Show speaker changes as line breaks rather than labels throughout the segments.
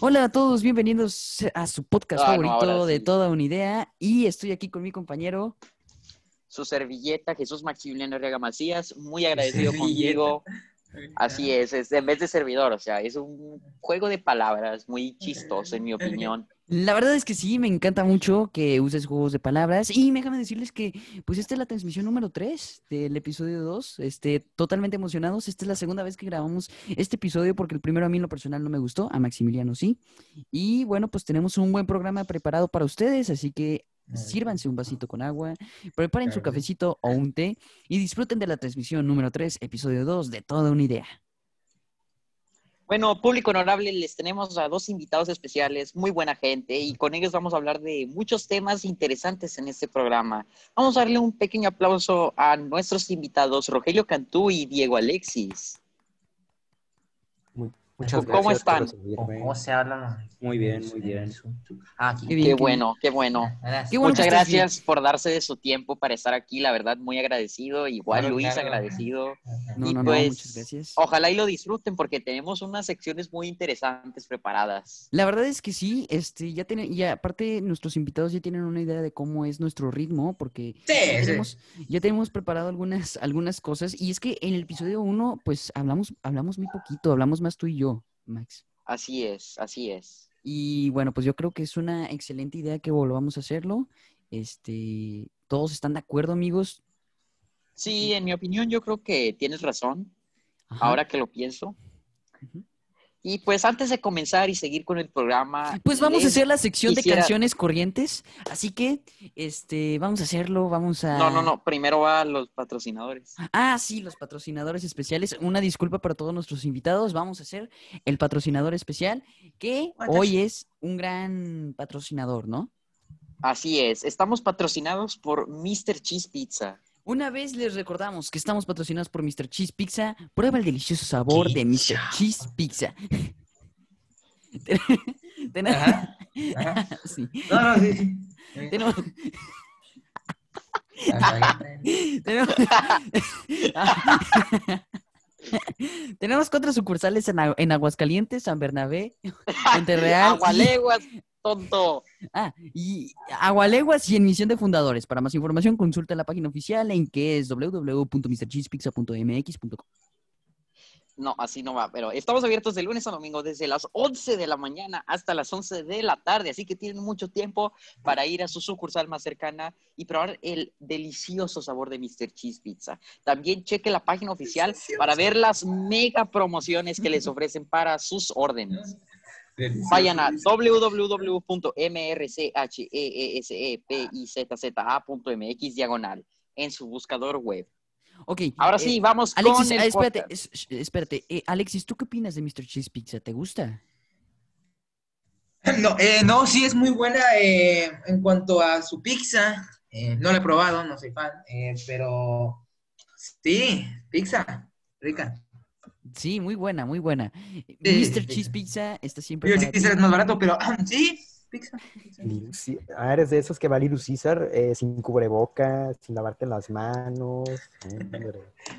Hola a todos, bienvenidos a su podcast
Ah, no,
favorito
ahora sí.
de toda una idea. Y estoy aquí con mi compañero.
Su servilleta, Jesús Maximiliano Arriaga Macías, muy agradecido contigo. Así es, es en vez de servidor, o sea, es un juego de palabras muy chistoso, en mi opinión.
La verdad es que sí, me encanta mucho que uses juegos de palabras. Y déjame decirles que, pues, esta es la transmisión número 3 del episodio 2. Este, totalmente emocionados. Esta es la segunda vez que grabamos este episodio porque el primero a mí en lo personal no me gustó, a Maximiliano sí. Y bueno, pues tenemos un buen programa preparado para ustedes, así que sírvanse un vasito con agua, preparen su
Claro.
cafecito o un té y disfruten de la transmisión número 3, episodio 2 de toda una idea.
Bueno, público honorable, les tenemos a dos invitados especiales, muy buena gente, y con ellos vamos a hablar de muchos temas interesantes en este programa. Vamos a darle un pequeño aplauso a nuestros invitados, Rogelio Cantú y Diego Alexis.
Muchas
¿Cómo
gracias por
están?
recibirme.
¿Cómo se habla?
Muy bien, muy bien.
Ah, aquí.
Qué
Qué
bien, qué
bueno, qué bueno.
Gracias.
Qué bueno que
Muchas
estés bien.
gracias por darse de su tiempo para estar aquí, la verdad, muy agradecido. Igual
Claro,
Luis,
claro.
agradecido.
No,
Y
no, no,
pues,
muchas gracias.
Ojalá y lo disfruten porque tenemos unas secciones muy interesantes preparadas.
La verdad es que sí, este, ya tienen, y aparte nuestros invitados ya tienen una idea de cómo es nuestro ritmo, porque ya
Sí,
tenemos, ya tenemos preparado algunas, algunas cosas, y es que en el episodio 1, pues hablamos, hablamos muy poquito, hablamos más tú y yo, Max.
Así es, así es.
Y bueno, pues yo creo que es una excelente idea que volvamos a hacerlo. Este, todos están de acuerdo, amigos.
Sí, en mi opinión yo creo que tienes razón,
Ajá.
ahora que lo pienso.
Ujú.
Y pues antes de comenzar y seguir con el programa...
Pues vamos a
les-
hacer la sección de
quisiera-
canciones corrientes, así que este, vamos a hacerlo, vamos a...
No, no, no, primero va a los patrocinadores.
Ah, sí, los patrocinadores especiales. Una disculpa para todos nuestros invitados. Vamos a hacer el patrocinador especial, que hoy es un gran patrocinador, ¿no?
Así es, estamos patrocinados por Mr. Cheese Pizza.
Una vez les recordamos que estamos patrocinados por Mr. Cheese Pizza. Prueba el delicioso sabor de Mr. Cheese Pizza. Ten-
Ajá, ajá.
Sí.
No, no, sí, sí.
Tenemos,
Ajá.
tenemos- Tenemos cuatro sucursales en, Agu- en Aguascalientes, San Bernabé, Monterreal. y-
Agualeguas, tonto.
Ah, y Agualeguas y en Misión de Fundadores. Para más información, consulta la página oficial en que es www.mrcheesepizza.mx.com.
No, así no va, pero estamos abiertos de lunes a domingo desde las 11 de la mañana hasta las 11 de la tarde, así que tienen mucho tiempo para ir a su sucursal más cercana y probar el delicioso sabor de Mr. Cheese Pizza. También cheque la página oficial para ver las mega promociones que les ofrecen para sus órdenes.
Delicioso.
Vayan a e www.mrcheesepizza.mx diagonal en su buscador web.
Ok.
Ahora
eh,
sí, vamos con
Alexis,
el
ah, espérate,
podcast.
es- sh- espérate. Eh, Alexis, ¿tú qué opinas de Mr. Cheese Pizza? ¿Te gusta?
No, eh, no, sí es muy buena eh, en cuanto a su pizza. Eh, no la he probado, no soy fan, eh, pero sí, pizza, rica.
Sí, muy buena, muy buena.
Sí,
Mr.
sí.
Cheese Pizza está siempre.
Yo sí
para ti.
quizás es más barato, pero sí, pizza. pizza.
Liru Ci- Ah, eres de esos que va Liru César eh, sin cubrebocas, sin lavarte las manos.
Ah,
Hombre.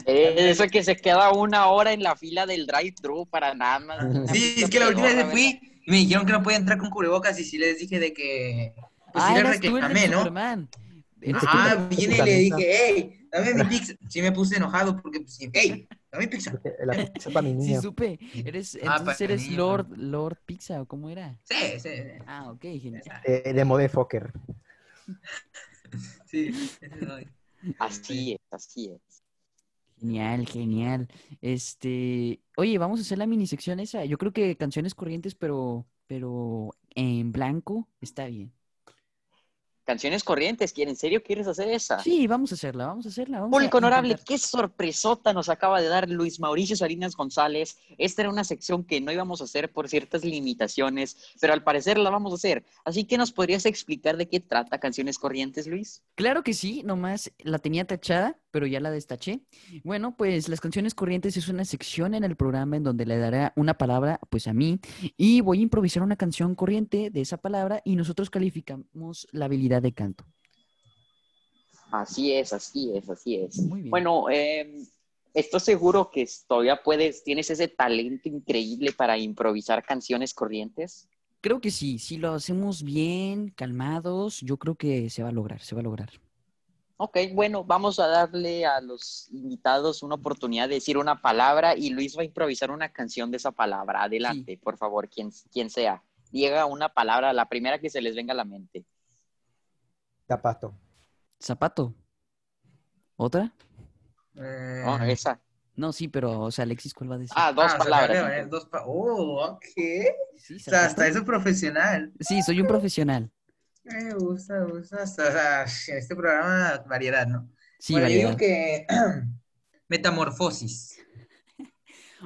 Eh, eso que se queda una hora en la fila del drive-thru para nada más. Una
Sí,
pinche
es que la última vez
pedorra,
que fui y me dijeron que no podía entrar con cubrebocas y sí les dije de que... Pues
ah,
sí les
eras tú el del
reclamé, ¿no?
Superman. El Superman.
Ah, viene y le
Putaniza.
dije, hey, dame mi pizza. Sí me puse enojado porque, pues, hey, dame mi pizza.
Eh, La pizza para mi
Sí,
niña.
supe. Eres,
Ah,
entonces eres
Paganini,
Lord, Lord Pizza, ¿o cómo era?
Sí, sí, sí.
Ah, ok, genial.
eh, de motherfucker.
Sí, ese soy.
Así es, así es.
Genial, genial. Este, oye, vamos a hacer la minisección esa. Yo creo que canciones corrientes, pero, pero en blanco está bien.
Canciones corrientes, ¿quién- ¿en serio quieres hacer esa?
Sí, vamos a hacerla, vamos a hacerla. Vamos a
Ah. Público honorable,
intentar.
qué sorpresota nos acaba de dar Luis Mauricio Salinas González. Esta era una sección que no íbamos a hacer por ciertas limitaciones, pero al parecer la vamos a hacer. Así que nos podrías explicar de qué trata Canciones Corrientes, Luis.
Claro que sí, nomás la tenía tachada, pero ya la destaché. Bueno, pues las canciones corrientes es una sección en el programa en donde le dará una palabra, pues a mí, y voy a improvisar una canción corriente de esa palabra y nosotros calificamos la habilidad de canto.
Así es, así es, así es.
Muy bien.
Bueno, eh, Estoy seguro que todavía puedes, tienes ese talento increíble para improvisar canciones corrientes.
Creo que sí, si lo hacemos bien, calmados, yo creo que se va a lograr, se va a lograr.
Ok, bueno, vamos a darle a los invitados una oportunidad de decir una palabra y Luis va a improvisar una canción de esa palabra. Adelante,
Sí.
por favor, quien, quien sea. Diga una palabra, la primera que se les venga a la mente.
Zapato.
Zapato. ¿Otra?
Eh,
No, esa.
No, sí, pero, o sea, Alexis, ¿cuál va a decir?
Ah, dos
ah, o sea,
palabras.
veo, eh,
entonces.
dos pa- oh, ok.
sí,
O sea,
zapato.
hasta eso profesional.
Sí, soy un profesional.
Me gusta, me gusta. Hasta, o sea, en este programa, variedad, ¿no?
Sí,
bueno, yo
variedad.
digo que metamorfosis.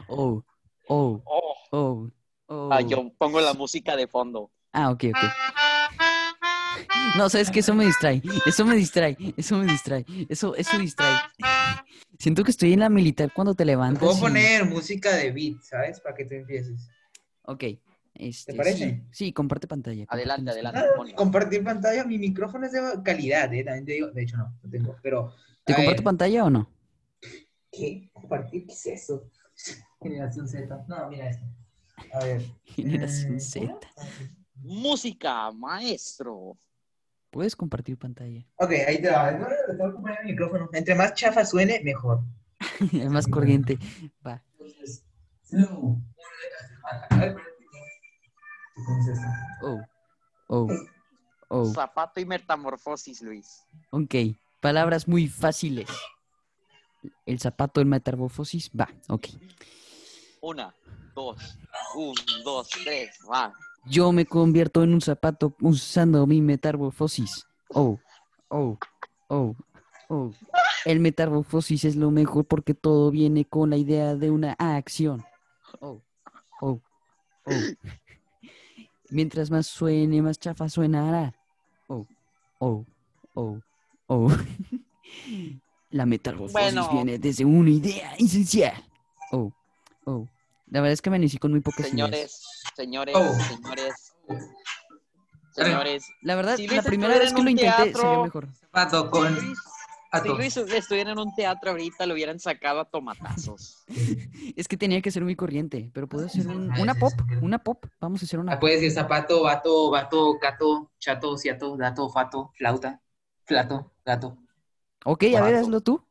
Oh, oh,
Oh,
oh, oh.
ah, yo pongo la música de fondo.
Ah, ok, ok. No, sabes que eso me distrae, eso me distrae, eso me distrae, eso, eso distrae. Siento que estoy en la militar cuando te levantas.
Puedo
y-
poner música de beat, ¿sabes? Para que tú empieces.
Ok. este,
¿Te parece?
Sí, sí, comparte pantalla. comparte
Adelante,
nuestra-
adelante. Mónica.
Compartir pantalla, mi micrófono es de calidad, ¿eh? También te digo, de hecho no, no tengo, pero...
¿Te
a
comparto
ver,
pantalla o no?
¿Qué? ¿Compartir? ¿Qué es eso? Generación Z. No, mira esto. A ver.
Generación
eh,
Z.
Música, maestro.
Puedes compartir pantalla.
Ok, ahí te va. No, no, Tengo que poner el micrófono. Entre más chafa suene, mejor.
Es más corriente. Va.
Entonces, slow. Entonces,
Oh, oh, oh.
Zapato y metamorfosis, Luis.
Ok. Palabras muy fáciles. El zapato, el metamorfosis. Va. Ok.
Una, dos, un, dos, tres, va.
Yo me convierto en un zapato usando mi metamorfosis. Oh, oh, oh, oh. El metamorfosis es lo mejor porque todo viene con la idea de una acción. Oh, oh, oh. Mientras más suene, más chafa suenará. Oh, oh, oh, oh. La metamorfosis
Bueno.
viene desde una idea esencial. Oh, oh. La verdad es que me inicié con muy pocas ideas.
Señores, señores,
Oh.
señores, señores.
La verdad,
Si
la
Luis
primera
estuviera
vez
en
que lo
un
intenté salió
teatro-
mejor.
Zapato con
Si Luis, si
ato.
Luis estuviera en un teatro ahorita, lo hubieran sacado a tomatazos.
Es que tenía que ser muy corriente, pero puedo hacer un-
Ah,
una
sí,
pop,
sí.
una pop. Vamos a hacer una
Ah,
pop.
Puedes decir zapato, vato, vato, gato, chato, ciato, dato, fato, flauta, flato, gato.
Ok, a ver,
Guapo.
hazlo tú.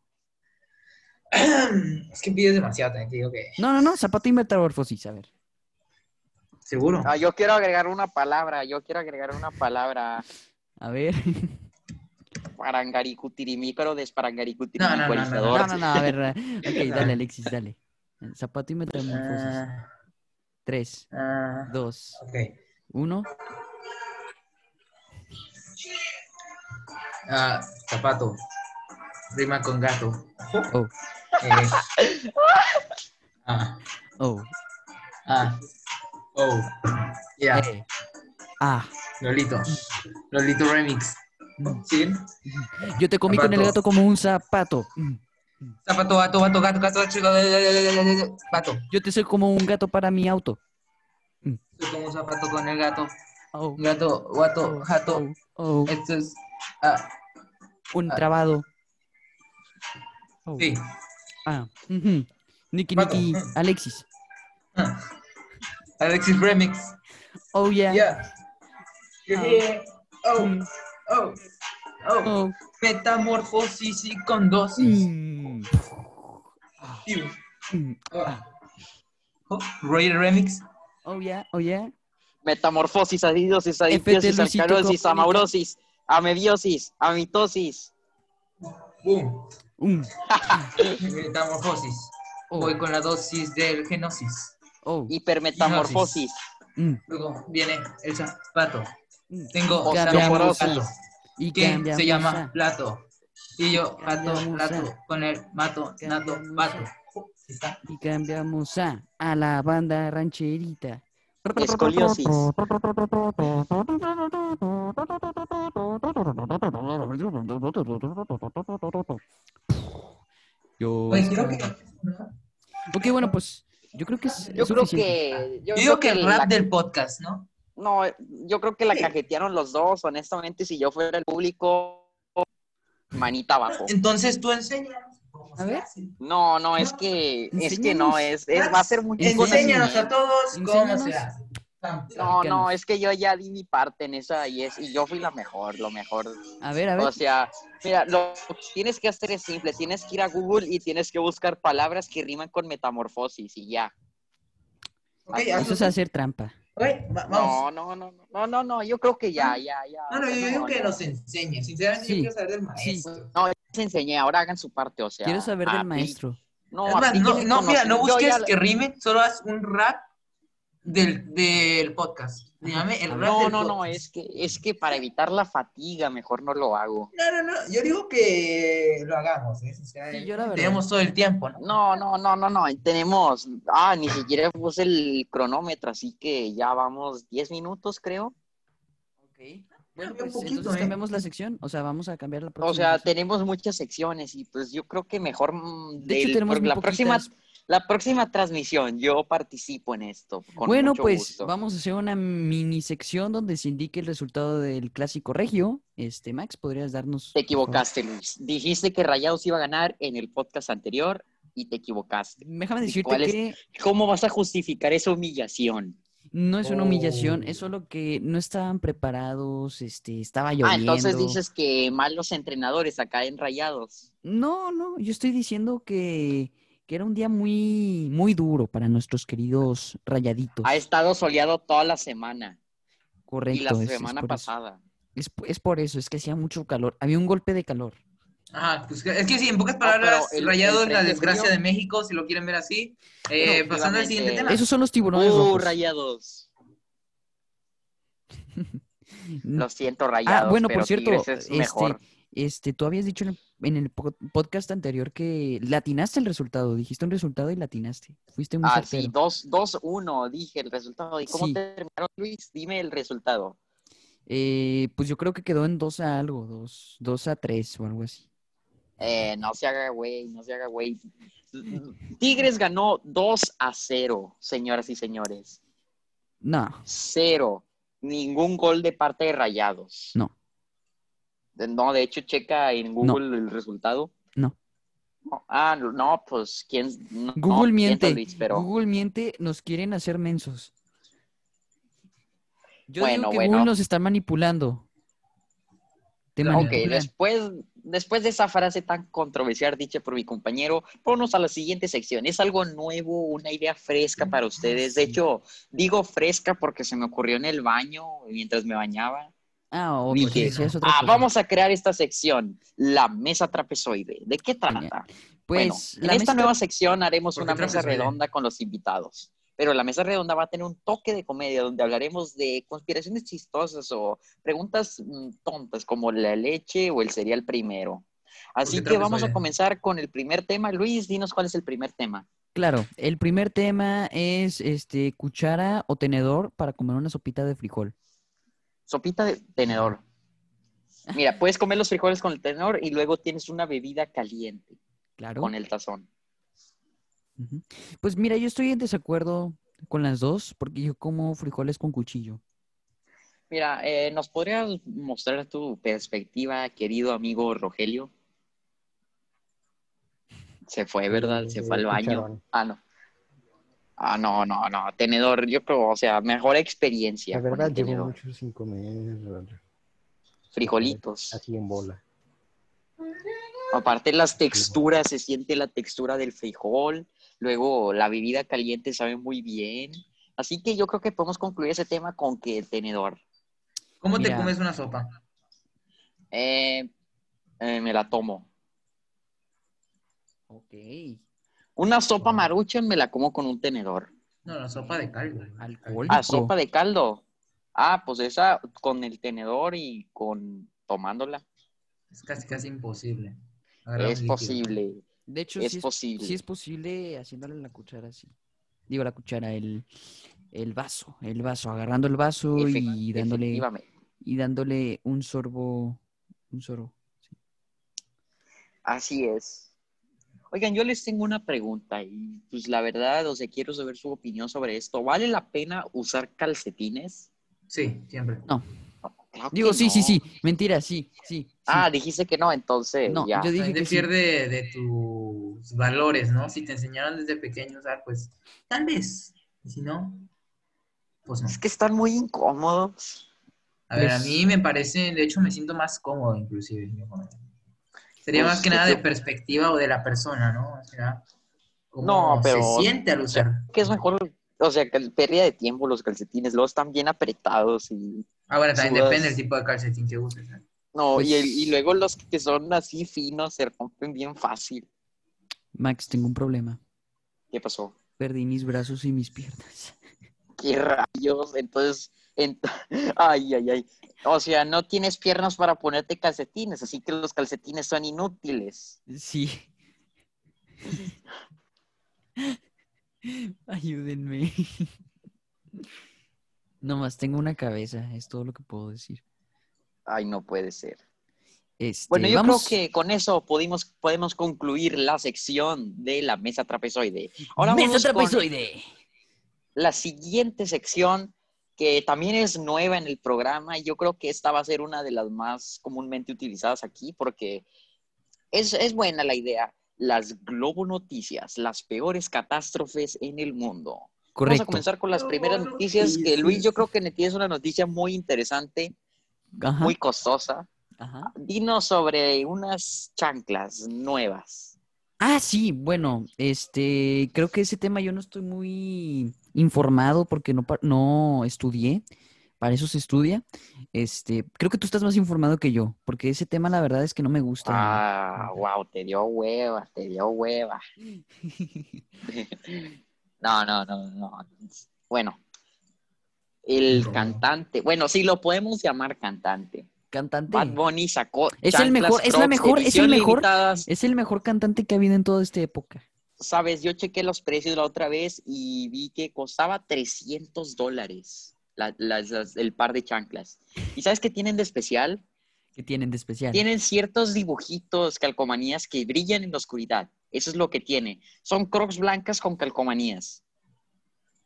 es que pides demasiado, también te digo que...
No, no, no, zapato y metamorfosis, a ver.
Seguro.
Ah, yo quiero agregar una palabra, yo quiero agregar una palabra.
A ver.
Parangaricutirimí, pero desparangaricutirimí,
No, no, no, no,
No,
cuarizador.
no, no, a ver. Ok, dale, Alexis, dale. Zapato y metamorfosis.
Ah,
Tres,
ah,
dos,
ok.
uno.
Ah, zapato. Rima con gato.
Oh,
Eh, ah,
oh,
ah. Oh. Ya.
eh. Ah,
Lolito. Lolito Remix. ¿Sí?
yo te comí con el
Zapato.
gato como un zapato. Mm.
Zapato, gato, gato, gato, gato, gato, gato, gato.
Yo te soy como un gato para mi auto.
Soy como un zapato con el gato.
Oh,
Gato, guato,
oh,
jato.
oh,
Esto es. Ah,
un trabado. Oh.
sí.
Ah, ujú. Niki,
Pato.
Niki, Alexis.
Ah. Alexis Remix.
Oh, yeah.
Ya. Oh,
Mm,
oh, oh.
oh,
Metamorfosis y condosis.
mm,
Tío.
mm.
Ah. Oh, Royal Remix.
Oh, yeah, oh, yeah.
Metamorfosis, adidosis, adipiosis,
Luisito
alcalosis,
Comunica.
amaurosis, amebiosis, amitosis.
Boom.
Mm,
Metamorfosis. Voy
Oh,
con la dosis del genosis.
oh,
hipermetamorfosis,
mm,
Luego viene el zapato.
mm.
Tengo
Cambiamos.
zapato
Y
que se
cambiamos
llama
a-
plato. Y yo, pato,
Cambiamos
plato,
a-
con el mato, nato,
Cambiamos
pato.
a-
Sí está.
Y cambiamos a, a la banda rancherita.
escoliosis.
Yo...
Oye, quiero Pues, que-
Ok, bueno, pues yo creo que es,
Yo
es
creo
suficiente.
que.
Yo digo que el
la-
rap del podcast, ¿no?
No, yo creo que la cajetearon los dos. Honestamente, si yo fuera el público, manita abajo.
Entonces tú enseñas.
A ver.
No, no, es que, es que no, es, es- Eh, va a ser muy
Enséñanos a todos cómo
Enséñanos.
se hace.
No, no, es que yo ya di mi parte en esa y es, y yo fui la mejor, lo mejor.
A ver, a ver.
O sea, mira, lo que tienes que hacer es simple, tienes que ir a Google y tienes que buscar palabras que riman con metamorfosis y ya. Eso
Ok, hazlo
Eso es
tú.
hacer trampa.
Ok, va- vamos.
No,
Ah,
no, no, no, no, no, no, yo creo que ya, ya, ya.
No, no, yo digo que
no.
nos enseñe. Sinceramente,
Sí.
yo quiero saber del maestro.
No, ya les enseñé, ahora hagan su parte, o sea.
Quiero saber
a
del
mí-
maestro.
No,
Es
a
más,
mí
no,
que me
no, mira,
conocen,
no
yo
busques
ya la-
que rime, solo haz un rap del, del podcast. Dígame, el rap
No,
del
no, no,
podcast.
es que, es que para evitar la fatiga mejor no lo hago.
No, no, no, yo digo que lo hagamos, ¿eh? Sinceramente,
Sí, yo la verdad.
tenemos todo el tiempo, ¿no?
No, no, no, no, no, tenemos, ah, ni siquiera puse el cronómetro, así que ya vamos 10 minutos, creo.
Bueno,
Un
pues
poquito,
entonces
¿eh?
cambiamos la sección. O sea, vamos a cambiar la próxima.
O sea,
sección.
tenemos muchas secciones y pues yo creo que mejor mm,
de hecho
del-
tenemos
por
muy
la próxima,
poquitas.
la próxima transmisión, yo participo en esto. con
Bueno,
mucho
pues
gusto.
vamos a hacer una mini sección donde se indique el resultado del clásico regio. Este, Max, podrías darnos.
Te
por favor?
equivocaste, Luis. Dijiste que Rayados iba a ganar en el podcast anterior y te equivocaste.
Déjame
¿Y
decirte
cuál es?
que
¿Cómo vas a justificar esa humillación?
no es una humillación, es
Oh.
solo que no estaban preparados, este, estaba lloviendo.
Ah, entonces dices que malos entrenadores acá en Rayados.
No, no, yo estoy diciendo que, que era un día muy, muy duro para nuestros queridos rayaditos.
Ha estado soleado toda la semana
Correcto.
Ah, y la
es- es
semana
por eso.
pasada.
Es, po- es por eso, es que hacía mucho calor. Había un golpe de calor.
Ajá, pues es que sí, en pocas palabras,
pero el-
Rayados
el
la
tren de
desgracia
frío.
de México, si lo quieren ver así. Eh,
Bueno,
pasando al siguiente tema.
obviamente.
Esos son los tiburones
Ah. ¡Uh,
rojos.
Rayados!
Mm,
Lo siento, Rayados.
Ah, bueno,
pero
por cierto,
Tigres es
este,
mejor.
este, tú habías dicho en el, en el po- podcast anterior que latinaste el resultado, dijiste un resultado y latinaste. Fuiste muy
Ah, sí,
certero.
2-1, dije el resultado. ¿Y cómo
Sí.
terminaron, Luis? Dime el resultado.
Eh, pues yo creo que quedó en 2 a algo, 2, 2 a 3 o algo así.
Eh, no se haga güey, no se haga güey. Tigres ganó 2 a 0, señoras y señores.
No,
Cero. Ningún gol de parte de Rayados.
No.
De- No, de hecho, checa en Google el resultado.
No.
No, Ah, no, pues, ¿quién? No,
Google
no,
miente.
siento, Luis, pero...
Google miente, nos quieren hacer mensos. Yo digo
Bueno,
que
bueno.
Google nos está manipulando. Te
Ok,
Ok,
manipulan.
después, después de esa frase tan controversial dicha por mi compañero, ponnos a la siguiente sección. Es algo nuevo, una idea fresca para ustedes. De hecho, digo fresca porque se me ocurrió en el baño mientras me bañaba.
Ah, o
Dije,
porque decías otra
Ah,
cosa.
vamos a crear esta sección, la mesa trapezoide. ¿De qué trata? Bueno,
Pues
en
la
esta
mesa-
nueva sección haremos
¿Por qué
una mesa
trapezoide?
redonda con los invitados. Pero la mesa redonda va a tener un toque de comedia donde hablaremos de conspiraciones chistosas o preguntas mm, tontas como la leche o el cereal primero. Así
qué
que vamos a
trapezoide?
comenzar con el primer tema. Luis, dinos cuál es el primer tema.
Claro, el primer tema es este cuchara o tenedor para comer una sopita de frijol.
Sopita de tenedor. Mira, puedes comer los frijoles con el tenedor y luego tienes una bebida caliente
Claro.
con el tazón.
e-, Ujú. Pues mira, yo estoy en desacuerdo con las dos porque yo como frijoles con cuchillo.
Mira, eh, ¿nos podrías mostrar tu perspectiva, querido amigo Rogelio? Se fue, ¿verdad? Se fue al baño.
Cucharón.
Ah, no. Ah, no, no, no. Tenedor, yo creo, o sea, mejor
La
experiencia con
verdad,
el
llevo
tenedor.
mucho sin comer
Frijolitos.
así en bola.
Aparte las texturas, se siente la textura del frijol. Luego la bebida caliente sabe muy bien. Así que yo creo que podemos concluir ese tema con que el tenedor.
¿Cómo
Mira.
te comes una sopa?
Eh, eh, me la tomo.
Ok.
Una sopa maruchan me la como con un tenedor.
No, la sopa de caldo.
Alcohol. Rico.
Ah, sopa de caldo. Ah, pues esa con el tenedor y con tomándola.
Es casi, casi imposible. Agarrar
Es
un líquido.
posible.
De hecho,
Es
sí, es,
posible.
sí es posible haciéndole la cuchara así. Digo la cuchara, el, el vaso, el vaso, agarrando el vaso
Efect-
y dándole
Efectivamente.
y dándole un sorbo, un sorbo.
Así es. Oigan, yo les tengo una pregunta y pues la verdad, o sea, quiero saber su opinión sobre esto. ¿Vale la pena usar calcetines?
Sí, siempre.
Claro que
Digo, sí, sí,
no.
sí, mentira, sí, sí, sí,
Ah, dijiste que no, entonces
No,
ya.
yo dije
También
que
te
sí.
pierde de tus valores, ¿no? Si te enseñaron desde pequeño a usar, pues tal vez. Y si no, pues no.
Es que están muy incómodos.
A ver, a
Pues-
mí me parece, de hecho me siento más cómodo inclusive. yo con él. Sería
Pues,
más que
yo
nada de
creo-
perspectiva o de la persona, ¿no? O sea, cómo
No, pero-
se siente al usar.
Que es mejor, o sea, que el pérdida de tiempo, los calcetines, luego están bien apretados y
Ah, bueno, también
Sudas.
depende del tipo de calcetín que uses. ¿no?
no, y, el-
Pues
y luego los que son así finos se rompen bien fácil.
Max, tengo un problema.
¿Qué pasó?
Perdí mis brazos y mis piernas.
¿Qué rayos? Entonces, ent- ay, ay, ay. O sea, no tienes piernas para ponerte calcetines, así que los calcetines son inútiles.
Sí. Ayúdenme. Nomás tengo una cabeza, es todo lo que puedo decir.
Ay, no puede ser.
Este,
Bueno, yo
vamos-
creo que con eso podemos, podemos concluir la sección de la mesa trapezoide. Ahora
¡Mesa
vamos con
trapezoide!
la siguiente sección que también es nueva en el programa y yo creo que esta va a ser una de las más comúnmente utilizadas aquí porque es, es buena la idea. Las Globo Noticias, las peores catástrofes en el mundo. Vamos a
Correcto.
comenzar con las
Globo
primeras noticias que Luis, yo creo que me tienes una noticia muy interesante,
Ajá,
muy costosa.
ajá.
Dinos sobre unas chanclas nuevas.
Ah, sí, bueno, este, creo que ese tema yo no estoy muy informado porque no, pa- no estudié, para eso se estudia. Este, creo que tú estás más informado que yo, porque ese tema la verdad es que no me gusta.
Ah, wow, te dio hueva, te dio hueva. No, no, no, no. Bueno, el
No.
cantante, bueno, sí lo podemos llamar cantante.
Cantante.
Bad Bunny sacó.
Es el
chanclas
mejor, es la
Crocs,
mejor, es el
edición
mejor.
limitadas.
Es el mejor cantante que ha habido en toda esta época.
Sabes, yo chequé los precios la otra vez y vi que costaba 300 dólares la- las- las- el par de chanclas. ¿Y sabes qué tienen de especial?
que tienen de especial?
Tienen ciertos dibujitos, calcomanías que brillan en la oscuridad. Eso es lo que tiene. Son crocs blancas con calcomanías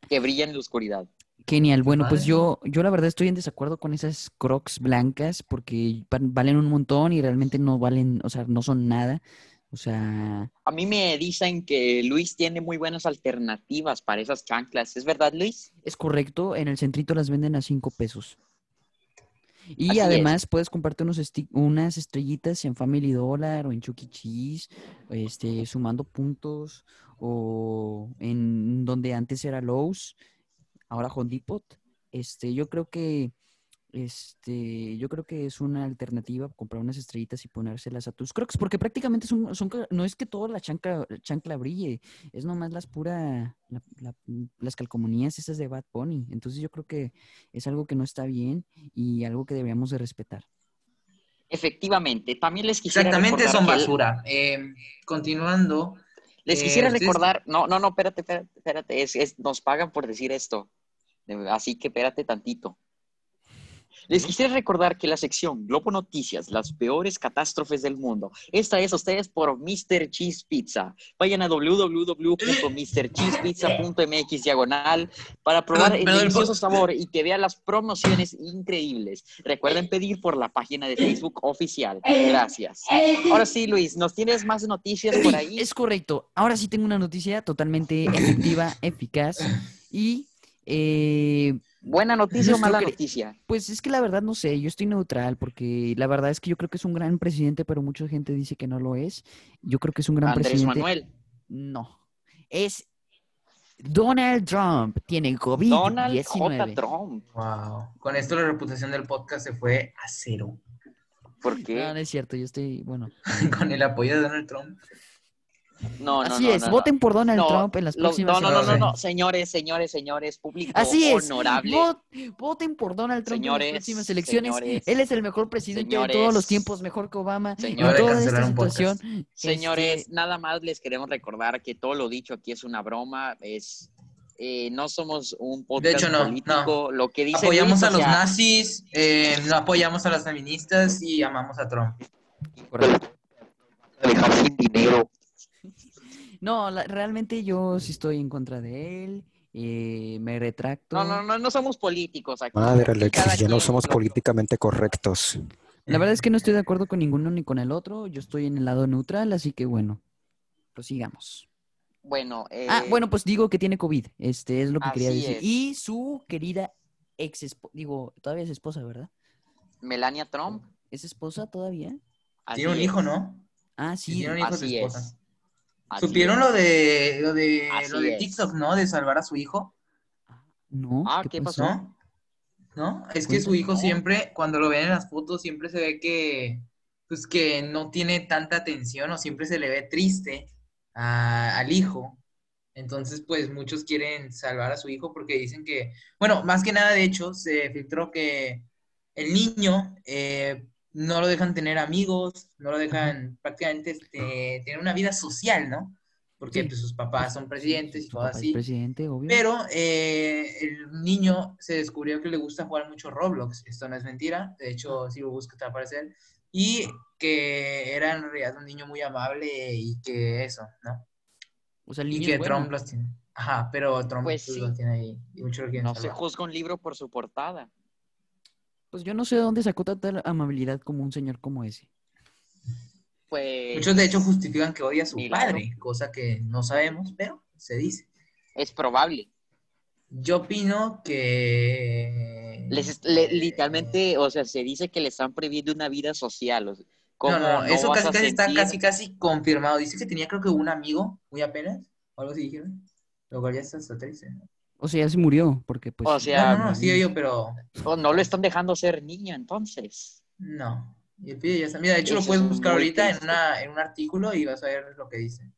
que brillan en la oscuridad.
Genial. Bueno, pues
padre.
yo, yo la verdad estoy en desacuerdo con esas crocs blancas porque van- valen un montón y realmente no valen, o sea, no son nada. O sea,
A mí me dicen que Luis tiene muy buenas alternativas para esas chanclas. ¿Es verdad, Luis?
es correcto, en el centrito las venden a cinco pesos. Y
Así es.
además puedes comprarte unos esti- unas estrellitas en Family Dollar o en Chucky Cheese, este, sumando puntos, o en donde antes era Lowe's, ahora Home Depot. Este, yo creo que este, yo creo que es una alternativa comprar unas estrellitas y ponérselas a tus crocs, porque prácticamente son, son ca- no es que toda la chancla, chancla brille, es nomás las pura, la- la- las calcomanías esas de Bad Bunny. Entonces yo creo que es algo que no está bien y algo que deberíamos de respetar.
Efectivamente. También les quisiera
Exactamente,
recordar
son
que el-
basura. Eh, continuando,
Les
Eh,
quisiera
ustedes-
recordar, no, no, no, espérate, espérate, espérate, es, es- nos pagan por decir esto, De- así que espérate tantito. Les quisiera recordar que la sección Globo Noticias, las peores catástrofes del mundo, esta es a ustedes por Mr. Cheese Pizza. Vayan a www.mrcheesepizza.mx diagonal para probar
Perdón,
el
perdón,
delicioso
perdón.
sabor y que vean las promociones increíbles. Recuerden pedir por la página de Facebook oficial. Gracias. Ahora sí, Luis, ¿nos tienes más noticias por ahí?
Es correcto. Ahora sí tengo una noticia totalmente efectiva, eficaz y eh,
¿Buena noticia o
Nuestro
mala
queri-
noticia?
Pues es que la verdad no sé, yo estoy neutral porque la verdad es que yo creo que es un gran presidente, pero mucha gente dice que no lo es. Yo creo que es un gran
Andrés
presidente.
Manuel.
No. Es Donald Trump tiene COVID-19.
Donald J. Trump.
wow. Con esto la reputación del podcast se fue a cero.
¿Por
No,
qué?
no es cierto, yo estoy, bueno.
Con el apoyo de Donald Trump.
No, no,
Así
no,
es,
no, no.
voten por Donald
No,
Trump en las
Lo-
próximas
no, no, no, no, no,
elecciones.
señores, señores, señores, público
Así es.
honorable.
Vot- voten por Donald Trump en
Señores,
las próximas elecciones.
señores,
Él es el mejor presidente de todos
señores,
los tiempos, mejor que Obama.
Ahora
en
de
Señores,
toda
cancelar
esta
un
situación.
podcast.
señores,
este,
nada más les queremos recordar que todo lo dicho aquí es una broma, es eh, no somos un podcast
hecho, no,
político, lo que dice
Apoyamos
Luis,
a
o
los
sea,
nazis, eh, no apoyamos a las feministas y amamos a Trump.
dejar sin dinero.
no, la- realmente yo sí estoy en contra de él. eh, me retracto.
No, no, no, no somos políticos aquí.
Madre,
Aquí
Alexis,
cada
ya no
quien
somos
lo-
políticamente correctos.
La verdad es que no estoy de acuerdo con ninguno ni con el otro. Yo estoy en el lado neutral, así que bueno, prosigamos.
Bueno, eh,
Ah, bueno, pues digo que tiene COVID. Este es lo que quería
Así
decir.
es.
Y su querida ex esposa, digo, todavía es esposa, ¿verdad?
Melania Trump.
¿Es esposa todavía?
así
Tiene un
es,
hijo, ¿no?
Ah, sí.
Tiene un hijo su
así
esposa.
es. así
¿Supieron
es.
lo de, lo de, lo
Así
de
es.
TikTok, no? De salvar a su hijo,
No.
Ah, ¿qué pasó?
¿no? ¿No? Es que su
Cuéntame,
hijo
no.
siempre, cuando lo ven en las fotos, siempre se ve que, pues que no tiene tanta atención o siempre se le ve triste a- al hijo. Entonces, pues muchos quieren salvar a su hijo porque dicen que, bueno, más que nada, de hecho, se filtró que el niño eh, no lo dejan tener amigos, no lo dejan prácticamente este, tener una vida social, ¿no? Porque
Sí.
pues, sus papás son presidentes y
Su
todo
papá es
así.
presidente, obvio.
Pero eh, el niño se descubrió que le gusta jugar mucho Roblox. Esto no es mentira. De hecho, si lo buscas te va a aparecer. Y que era en realidad un niño muy amable y que eso, ¿no?
O sea, el
Y
niño
que
es bueno.
Trump los tiene. Ajá, pero Trump
Pues
los
sí.
tiene ahí. Y muchos lo quieren
No se
salvar.
juzga un libro por su portada.
Pues yo no sé de dónde sacó tanta amabilidad como un señor como ese.
Pues
Muchos de hecho justifican que odia a su
Milagro.
padre, cosa que no sabemos, pero se dice.
es probable.
Yo opino que...
Les, est- le- literalmente, o sea, se dice que le están prohibiendo una vida social. o sea, ¿cómo
No, no,
no
eso
vas
casi,
a
casi está
sentir-
casi, casi confirmado. Dice que tenía creo que un amigo, muy apenas, o algo así dijeron. Lo cual ya está hasta triste. ¿no?
O sea, ya se murió, porque pues...
O sea,
no, no, no, sí, yo, pero
o no lo están dejando ser niño, entonces.
no. Y el pibe ya está. Mira, de hecho lo
Eso
puedes
es
buscar
muy
ahorita en,
triste.
una, en un artículo y vas a ver lo que dice.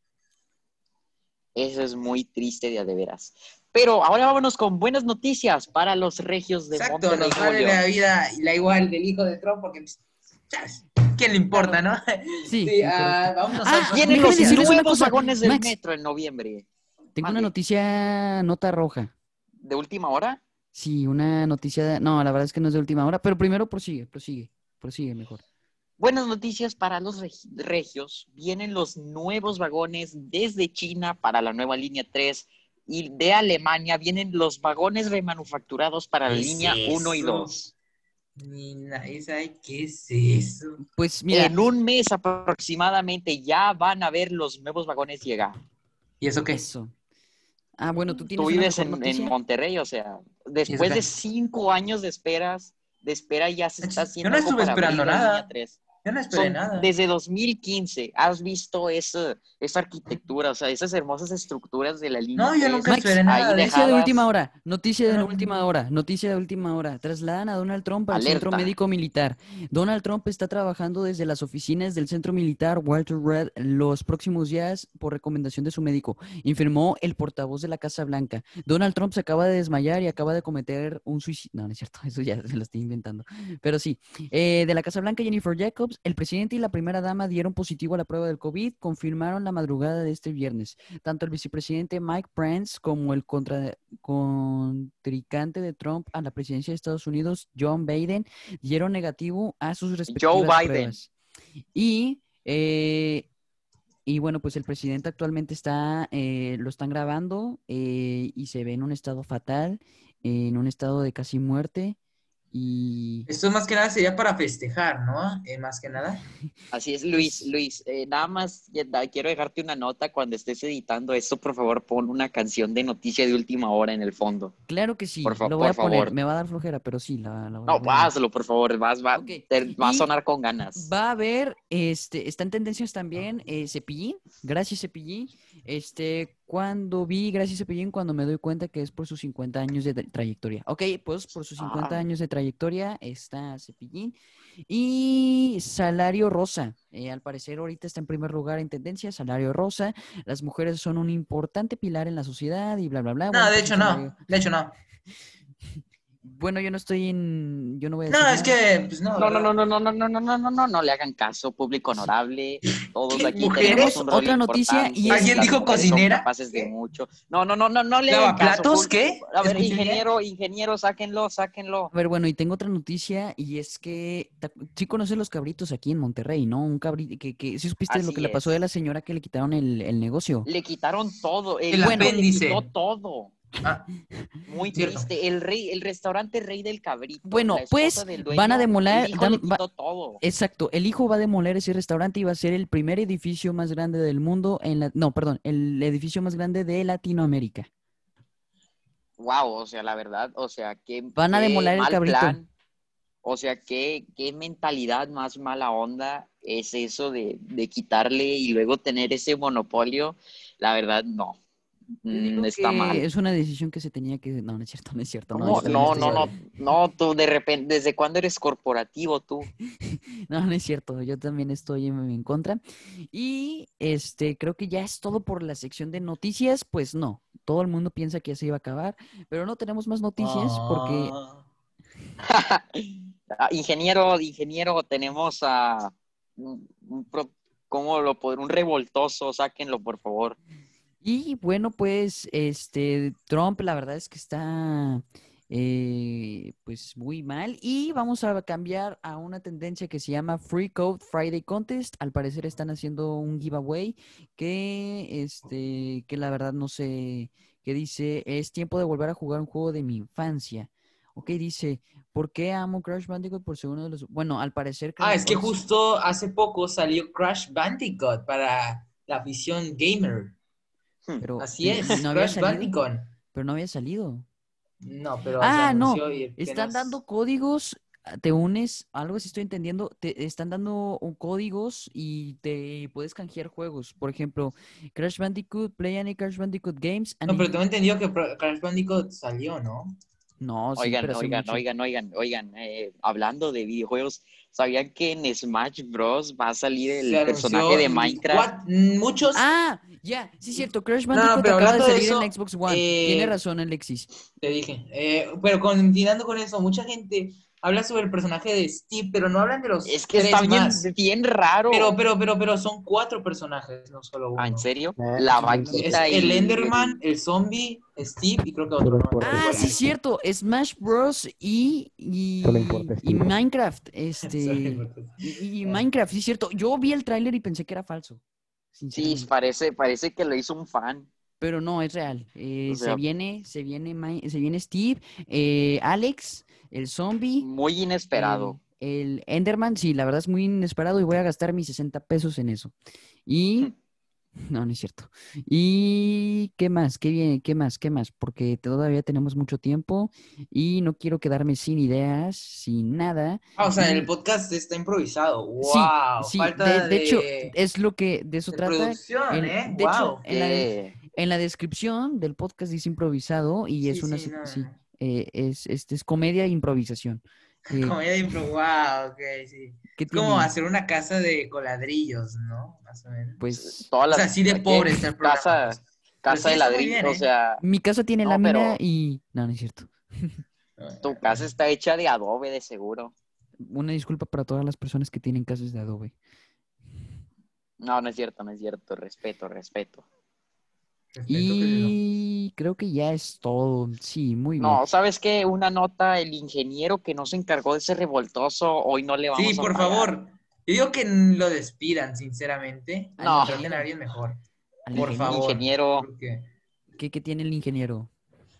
Eso es muy triste de a de veras. Pero ahora vámonos con buenas noticias para los regios de
Exacto,
Monterrey.
nos vale
Nuevo León.
la vida y la igual del hijo de Trump porque, pues, chas, ¿quién le importa, no?
Sí,
Sí,
correcto.
ah, vámonos
Ah, y
a...
en
Vienen
Déjame
los
decirles una
nuevos
cosa,
vagones del
Max.
metro en noviembre.
Tengo una
mande.
noticia, nota roja.
¿De última hora?
Sí, una noticia... No, la verdad es que no es de última hora, pero primero prosigue, prosigue, prosigue mejor.
Buenas noticias para los reg- regios. Vienen los nuevos vagones desde China para la nueva línea 3 y de Alemania vienen los vagones remanufacturados para la
¿Qué es
línea 1 y
eso?
2.
Ni nadie sabe qué es eso.
Pues mira,
En un mes aproximadamente ya van a ver los nuevos vagones llegar.
¿Y eso qué es?
eso. Ah, bueno, tú tienes
Tú
una
vives
mejor
en, en
noticia?
Monterrey, o sea, después
qué?
de cinco años de esperas, de espera ya se está
Yo
haciendo.
no
algo
estuve
para abrir
esperando
la
nada.
línea 3.
Yo no esperé
Son-
nada.
Desde 2015 has visto esa, esa arquitectura, o sea, esas hermosas estructuras de la línea.
No, yo
3.
nunca
Max,
esperé nada
ahí
de
deja-
eso.
Noticia de
dejadas-
última hora, noticia de
Pero-
última hora, noticia de última hora. Trasladan a Donald Trump al Centro
Alerta.
Médico Militar. Donald Trump está trabajando desde las oficinas del Centro Militar Walter Red los próximos días por recomendación de su médico, informó el portavoz de la Casa Blanca. Donald Trump se acaba de desmayar y acaba de cometer un suicidio. No, no es cierto, eso ya se lo estoy inventando. Pero sí, eh, de la Casa Blanca, Jennifer Jacobs, el presidente y la primera dama dieron positivo a la prueba del COVID, confirmaron la madrugada de este viernes. Tanto el vicepresidente Mike Pence como el contra- contrincante de Trump a la presidencia de Estados Unidos, John Biden, dieron negativo a sus respectivas
Biden.
pruebas. Y, eh, y bueno, pues el presidente actualmente está, eh, lo están grabando eh, y se ve en un estado fatal, en un estado de casi muerte. Y
Esto más que nada sería para festejar, ¿no? Eh, más que nada.
Así es, Luis. Luis, eh, nada más ya- da- quiero dejarte una nota. Cuando estés editando esto, por favor, pon una canción de noticia de última hora en el fondo.
claro que sí,
Por fa-
lo voy
por
a poner,
favor.
me va a dar flojera, pero sí, la, la voy a
No,
poner.
hazlo, por favor. Vas, va,
Ok.
te- va a
Y-
sonar con ganas.
Va a haber, este, está en tendencias también eh, Cepillín, gracias Cepillín. Este, cuando vi gracias Cepillín, cuando me doy cuenta que es por sus 50 años de tra- trayectoria. Ok, pues por sus 50
Ah.
años de trayectoria está Cepillín. Y Salario Rosa, eh, al parecer ahorita está en primer lugar en tendencia, Salario Rosa. Las mujeres son un importante pilar en la sociedad y bla, bla, bla. Bueno,
No, Ah, de
pues,
hecho
el
no.
salario-
De hecho no.
Bueno, yo no estoy en, yo no voy a decir
No, es
nada.
que, pues no.
No, no, no, no, no, no, no, no, no, no, no, no le hagan caso, público honorable. Todos
¿Qué?
aquí
¿Mujeres?
tenemos un rol
Otra noticia
importante,
y es-
¿Alguien
las
dijo
mujeres son
cocinera?
capaces de
¿Qué?
mucho. No, no, no, no, no le hagan caso.
¿Lavaplatos?
público.
¿Qué?
A ver,
Escuchen bien.
ingeniero, ingeniero, sáquenlo, sáquenlo.
A ver, bueno, y tengo otra noticia y es que ¿te acu- sí conoces los cabritos aquí en Monterrey, ¿no? Un cabrito que, que sí supiste lo
Así
que le pasó
es.
a la señora que le quitaron el, el negocio.
Le quitaron todo. El,
El
bueno, le
apéndice.
quitó todo.
Ah,
Muy
Cierto.
triste. El rey, el restaurante Rey del Cabrito.
Bueno,
la esposa
pues,
del
van a demoler-
el hijo le
dan- va-
quitó todo.
Exacto, el hijo va a demoler ese restaurante y va a ser el primer edificio más grande del mundo, en la... no, perdón, el edificio más grande de Latinoamérica.
Wow, o sea, la verdad, o sea, que
Van a demoler el cabrito.
O sea, qué, qué mentalidad más mala onda es eso de, de quitarle y luego tener ese monopolio. La verdad, no.
Yo
Mm,
digo
está
que
mal.
Es una decisión que se tenía que... No, no es cierto, no es cierto.
No,
es-
no,
es
no,
cierto.
no, no, tú de repente, ¿desde cuándo eres corporativo tú?
No, no es cierto, yo también estoy en, en contra. Y este, creo que ya es todo por la sección de noticias, pues no, todo el mundo piensa que ya se iba a acabar, pero no tenemos más noticias porque
Ah,
Ah, ingeniero, ingeniero, tenemos a un, un pro- ¿cómo lo pod- un revoltoso, sáquenlo por favor.
Y bueno, pues, este, Trump, la verdad es que está, eh, pues, muy mal. Y vamos a cambiar a una tendencia que se llama Free Code Friday Contest. Al parecer están haciendo un giveaway que, este, que la verdad no sé, que dice, es tiempo de volver a jugar un juego de mi infancia. Ok, dice, ¿por qué amo Crash Bandicoot por ser uno de los... Bueno, al parecer...
Ah,
Crash
es que
Bandicoot-
justo hace poco salió Crash Bandicoot para la afición gamer.
Hmm.
Pero,
Así es,
No había
Crash
salido,
Bandicoot.
pero no había salido.
No, pero
Ah,
se
no,
anunció y apenas-
Están dando códigos, a- te unes, algo así estoy entendiendo, te están dando un- códigos y te puedes canjear juegos. Por ejemplo, Crash Bandicoot, play any Crash Bandicoot games. and
No, pero
you-
tengo entendido que Pro- Crash Bandicoot salió, ¿no?
No, sí,
Oigan,
pero hace
oigan,
mucho.
oigan, oigan, oigan, eh, hablando de videojuegos, ¿sabían que en Smash Bros va a salir el
Se
personaje
anunció-
de Minecraft?
What? mm, Muchos.
Ah, ya, sí es cierto, Crash
No,
Bandicoot
pero
acaba de
hablando de
salir
eso,
en Xbox One.
eh,
Tiene razón Alexis.
Te dije. Eh, pero continuando con eso, mucha gente habla sobre el personaje de Steve, pero no hablan de los.
Es que
tres
está bien,
más.
bien raro.
Pero, pero, pero, pero son cuatro personajes, no solo uno.
Ah, ¿en serio?
Eh,
La
sí,
Es
vaquita y
el Enderman, el zombie, Steve y creo que otro.
Solo
¿no?
importa.
Ah, sí es
sí.
cierto, Smash Bros. y, y,
Solo importa,
y
Steve.
Minecraft.
Sorry,
Este,
Marcos.
y, y Minecraft, sí es cierto. Yo vi el tráiler y pensé que era falso.
Sí,
sinceramente.
parece, parece que lo hizo un fan.
Pero no, es real. Eh,
O
se
sea-
viene, se viene, Mi- se viene Steve, eh, Alex, el zombie.
Muy inesperado.
eh, El, Enderman, sí, la verdad es muy inesperado y voy a gastar mis 60 pesos en eso. Y. No, no es cierto. ¿Y qué más? ¿Qué bien? ¿Qué más? ¿Qué más? Porque todavía tenemos mucho tiempo y no quiero quedarme sin ideas, sin nada.
Ah, o sea, el podcast está improvisado.
Sí,
¡Wow!
sí,
Falta
de,
de,
de hecho, es lo que de eso
de
trata.
producción,
el-
¿eh?
de hecho,
¡Wow!
en la-
Eh,
En la descripción del podcast dice improvisado y es
Sí,
una
sí,
sec-
no,
sí,
no.
eh, es, este, es comedia e improvisación. Eh,
Comedia de impro, wow, ok, sí.
¿qué
Es como
tiene?
hacer una casa de coladrillos, ¿no? Más o menos.
Pues
todas
O sea,
las-
así de
aquí,
pobre está el programa.
Casa,
pues.
casa
sí
de
está muy
ladrillo,
bien,
o
¿eh?
sea,
mi casa tiene
no,
lámina
pero-
y... No, no es cierto.
tu casa está hecha de adobe de seguro.
Una disculpa para todas las personas que tienen casas de adobe.
No, no es cierto, no es cierto. Respeto, respeto.
Perfecto, perfecto.
Y creo que ya es todo. Sí, muy bien.
No, ¿sabes qué? Una nota, el ingeniero que no se encargó de ese revoltoso, hoy no le vamos a
Sí, por
pagar.
favor. Yo digo que lo despidan, sinceramente.
No.
Contraten a alguien mejor.
Al
por
ingeniero.
favor.
Ingeniero,
Porque...
¿Qué, qué tiene el ingeniero?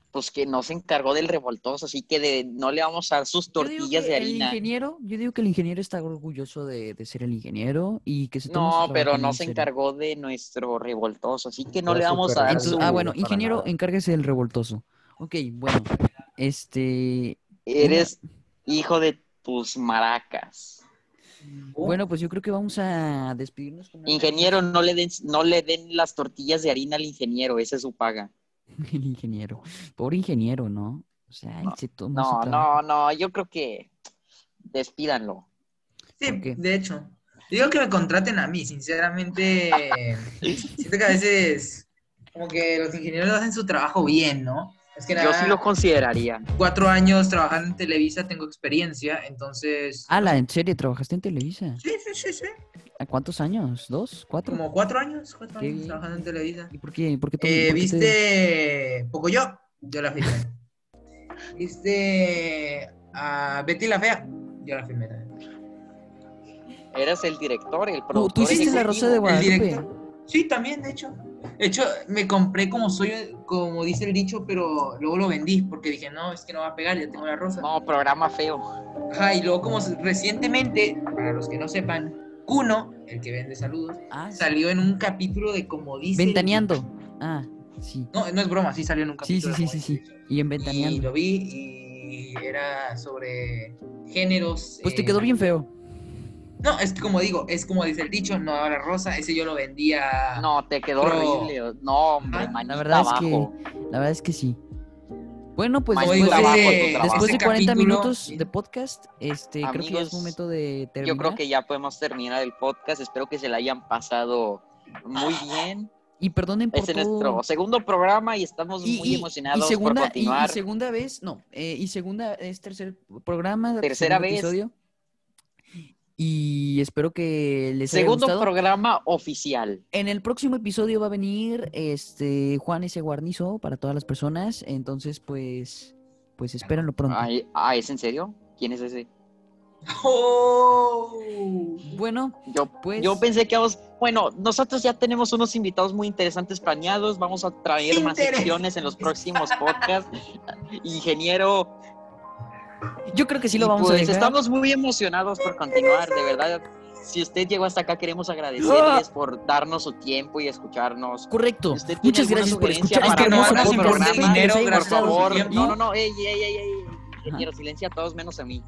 pues que no se encargó del revoltoso, así que de- no le vamos a dar sus
Yo digo
tortillas
que
de
el
harina.
ingeniero, yo digo que el ingeniero está orgulloso de, de ser el ingeniero y que se toma su
No,
trabajo
pero
muy
no
en
se
serio.
encargó de nuestro revoltoso, así que no
Era
le vamos a dar
súper
Entonces-
su...
ah,
No,
bueno,
para
ingeniero,
nada.
encárguese del revoltoso. Ok, bueno. Este,
Eres hijo de tus maracas.
uh, Oh.
bueno, pues yo creo que vamos a despedirnos con una
Ingeniero, no le den, no le den las tortillas de harina al ingeniero, esa es su paga.
canción. El ingeniero. Pobre ingeniero, ¿no? O sea, él se toma su
No,
trabajo.
no, no, yo creo que despídanlo.
Sí,
¿Por qué?
de hecho. Digo que me contraten a mí, sinceramente. siento que a veces, como que los ingenieros hacen su trabajo bien, ¿no? Es que nada,
Yo sí lo consideraría.
cuatro años trabajando en Televisa tengo experiencia, entonces.
Ala, en serio, trabajaste en Televisa.
Sí, sí, sí, sí.
¿A cuántos años? ¿Dos? ¿Cuatro?
Como cuatro años, cuatro
Qué
años
bien.
trabajando en Televisa.
¿Y por qué? ¿Por qué tú-
Eh,
por qué te-
¿Viste Pocoyo? Yo la filmé. ¿Viste a Betty la Fea? Yo la filmé también.
Eras el director, el
¿Tú,
productor.
tú hiciste la
ejecutivo.
Rosa de
el
Guadalupe?
director. Sí, también, de hecho. De hecho, me compré como soy, como dice el dicho, pero luego lo vendí porque dije, no, es que no va a pegar, ya tengo la rosa.
No, programa feo.
Ajá, y luego como recientemente, para los que no sepan, Kuno, el que vende saludos,
Ah, sí.
salió en un capítulo de como dice... el
Ventaneando.
dicho.
Ah, sí.
No, no es broma, sí salió en un
Sí,
capítulo.
sí,
de
sí,
Como
sí,
dice el
sí.
dicho.
Y en
Y
Ventaneando.
lo vi y era sobre géneros.
Pues
eh,
te quedó bien feo.
No, es que como digo, es como dice el dicho, no daba la rosa, ese yo lo vendía.
No, te quedó
Pero-
horrible. No,
Ah,
hombre,
la
manita
verdad es que-
abajo.
La verdad es que sí. Bueno, pues
Como
Como
después,
digo,
de-
trabajo, tu
ese-
trabajo.
después de
ese
40
Este capítulo-
minutos de podcast, este, creo que ya es
Amigos,
momento de terminar.
Yo creo que ya podemos terminar el podcast. Espero que se la hayan pasado muy bien.
Y perdonen Ah, por
Este es
todo-
nuestro segundo programa y estamos
Y-
muy
y-
emocionados
y segunda,
por
y- y
continuar.
segunda vez, no, eh, y segunda, es tercer programa,
Tercera
segundo
vez.
episodio. Y espero que les
Segundo
haya gustado.
programa oficial.
En el próximo episodio va a venir este Juan ese guarnizo para todas las personas, entonces pues pues espérenlo pronto.
Ay, ah, ¿es en serio? ¿Quién es ese?
¡Oh!
Bueno,
Yo,
Pues-
yo pensé que vamos. Bueno, nosotros ya tenemos unos invitados muy interesantes planeados. Vamos a traer más
Interesantes.
secciones en los próximos podcasts. Ingeniero,
yo creo que sí
Y
lo vamos
pues,
a dejar.
Estamos muy emocionados por continuar, de verdad. Si usted llegó hasta acá,
¡Ah!
queremos agradecerles por darnos su tiempo y escucharnos.
Correcto.
Si usted Este, tiene
Muchas
alguna
gracias por
sugerencia
escuchar este
para
que no
hermoso
hagas
podcast.
por
Espero que
dinero,
les haya
por
Por
gustado.
su
favor,
tiempo.
no, no, no, ey, ey, ey, ey, ingeniero, silencia a todos menos a mí.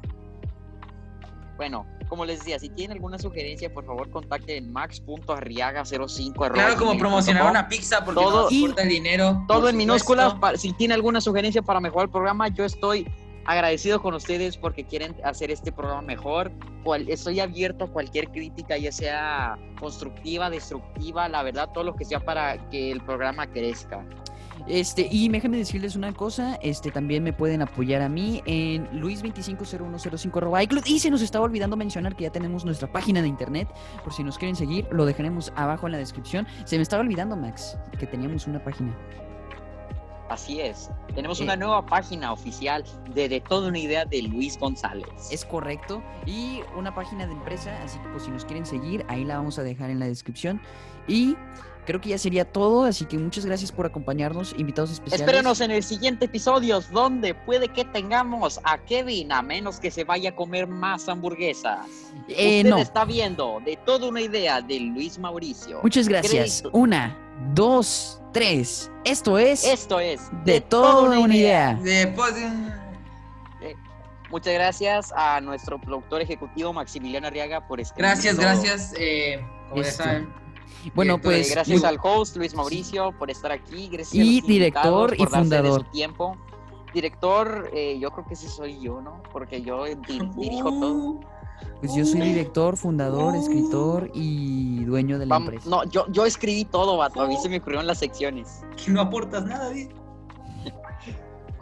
Bueno, como les decía, si tienen alguna sugerencia, por favor, contacten en max.arriaga05.
Claro, como promocionar una pizza porque
Todo-
no nos importa el dinero.
todo
por
en
supuesto.
minúsculas. pa- Si tiene alguna sugerencia para mejorar el programa, yo estoy agradecido con ustedes porque quieren hacer este programa mejor. Cual- estoy abierto a cualquier crítica, ya sea constructiva, destructiva, la verdad, todo lo que sea para que el programa crezca.
Este, y déjenme decirles una cosa, este también me pueden apoyar a mí en luis250105 arroba iCloud. Y se nos estaba olvidando mencionar que ya tenemos nuestra página de internet, por si nos quieren seguir, lo dejaremos abajo en la descripción. Se me estaba olvidando, Max, que teníamos una página.
Así es. Tenemos
Eh.
una nueva página oficial de De Toda una Idea de Luis González.
Es correcto. Y una página de empresa, así que pues si nos quieren seguir, ahí la vamos a dejar en la descripción. Y creo que ya sería todo, así que muchas gracias por acompañarnos, invitados especiales.
Espérenos en el siguiente episodio, donde puede que tengamos a Kevin, a menos que se vaya a comer más hamburguesas.
Eh,
Usted
no,
está viendo de toda una idea de Luis Mauricio.
muchas gracias.
Créditos.
Una, dos, tres. Esto es...
Esto es
de toda una idea.
Después de-
Muchas gracias a nuestro productor ejecutivo Maximiliano Arriaga por escribir.
Gracias,
todo.
gracias. eh, como ya
Este,
saben.
Bueno,
Director,
Eh,
pues
gracias
muy-
al host Luis Mauricio por estar aquí. Gracias
Y
a los invitados
director y
por darse de
fundador.
su tiempo. Director, eh, yo creo que sí soy yo, ¿no? Porque yo di- dirijo todo.
Uh,
pues yo soy director, fundador, escritor y dueño de la
Vam-
empresa.
no, yo, yo escribí todo, vato. A mí se me ocurrieron las secciones.
que no aportas nada, ¿sí?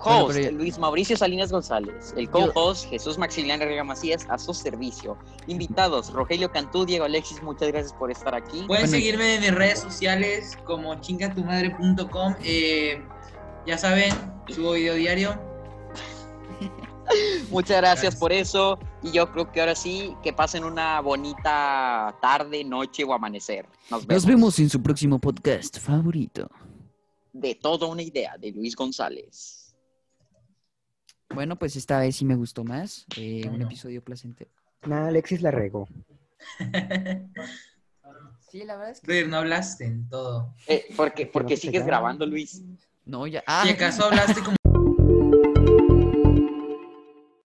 Bueno,
Host,
pero ya-
Luis Mauricio Salinas González. El co-host, Jesús Maximiliano Arriaga Macías, a su servicio. Invitados, Rogelio Cantú, Diego Alexis, muchas gracias por estar aquí.
Bueno,
Pueden
y-
seguirme en mis redes sociales como chingatumadre.com. eh, ya saben, subo video diario.
Muchas gracias
Gracias.
por eso. Y yo creo que ahora sí, que pasen una bonita tarde, noche o amanecer. Nos vemos.
Nos vemos en su próximo podcast favorito.
De toda una idea de Luis González.
Bueno, pues esta vez sí me gustó más. eh, un
Bueno.
episodio placentero.
Nada, Alexis la regó.
Sí, la verdad es que.
Ruiz, no hablaste en todo.
Eh, porque porque
Que no se
sigues
cae.
grabando, Luis.
No, ya. Ah,
Si acaso hablaste como